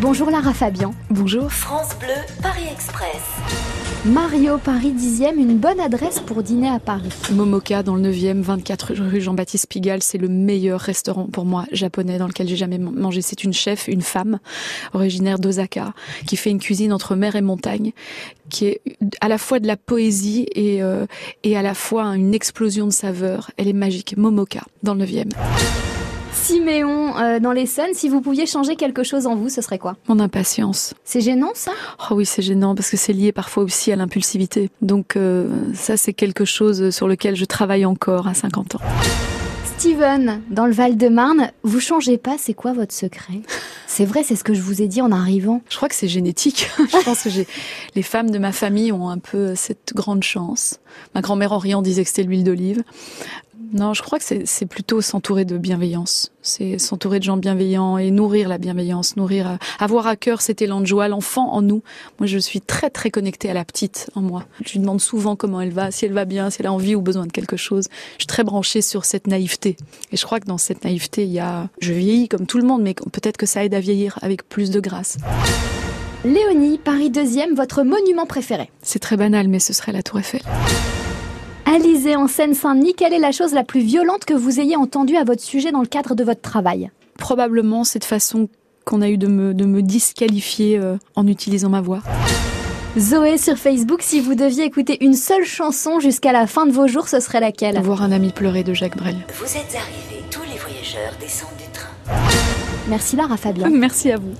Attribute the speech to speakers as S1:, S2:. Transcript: S1: Bonjour Lara Fabian.
S2: Bonjour.
S3: France Bleu, Paris Express.
S1: Mario, Paris 10e, une bonne adresse pour dîner à Paris.
S2: Momoka dans le 9e, 24 rue Jean-Baptiste Pigalle, c'est le meilleur restaurant pour moi japonais dans lequel j'ai jamais man- mangé. C'est une chef, une femme originaire d'Osaka qui fait une cuisine entre mer et montagne qui est à la fois de la poésie et euh, et à la fois une explosion de saveurs. Elle est magique. Momoka dans le 9e.
S1: Siméon, euh, dans l'Essonne, si vous pouviez changer quelque chose en vous, ce serait quoi
S2: Mon impatience.
S1: C'est gênant ça
S2: Oh oui, c'est gênant parce que c'est lié parfois aussi à l'impulsivité. Donc euh, ça, c'est quelque chose sur lequel je travaille encore à 50 ans.
S1: Steven, dans le Val-de-Marne, vous changez pas, c'est quoi votre secret C'est vrai, c'est ce que je vous ai dit en arrivant.
S2: Je crois que c'est génétique. je pense que j'ai les femmes de ma famille ont un peu cette grande chance. Ma grand-mère Orient disait que c'était l'huile d'olive. Non, je crois que c'est c'est plutôt s'entourer de bienveillance. C'est s'entourer de gens bienveillants et nourrir la bienveillance, nourrir, euh, avoir à cœur cet élan de joie, l'enfant en nous. Moi, je suis très très connectée à la petite en moi. Je lui demande souvent comment elle va, si elle va bien, si elle a envie ou besoin de quelque chose. Je suis très branchée sur cette naïveté. Et je crois que dans cette naïveté, il y a, je vieillis comme tout le monde, mais peut-être que ça aide à vieillir avec plus de grâce.
S1: Léonie, Paris 2e, votre monument préféré
S2: C'est très banal, mais ce serait la Tour Eiffel.
S1: Alizé, en Seine-Saint-Denis, quelle est la chose la plus violente que vous ayez entendue à votre sujet dans le cadre de votre travail
S2: Probablement cette façon qu'on a eu de me, de me disqualifier euh, en utilisant ma voix.
S1: Zoé sur Facebook, si vous deviez écouter une seule chanson jusqu'à la fin de vos jours, ce serait laquelle
S2: Voir un ami pleurer de Jacques Brel.
S3: Vous êtes arrivés, tous les voyageurs descendent du train.
S1: Merci Lara Fabien.
S2: Merci à vous.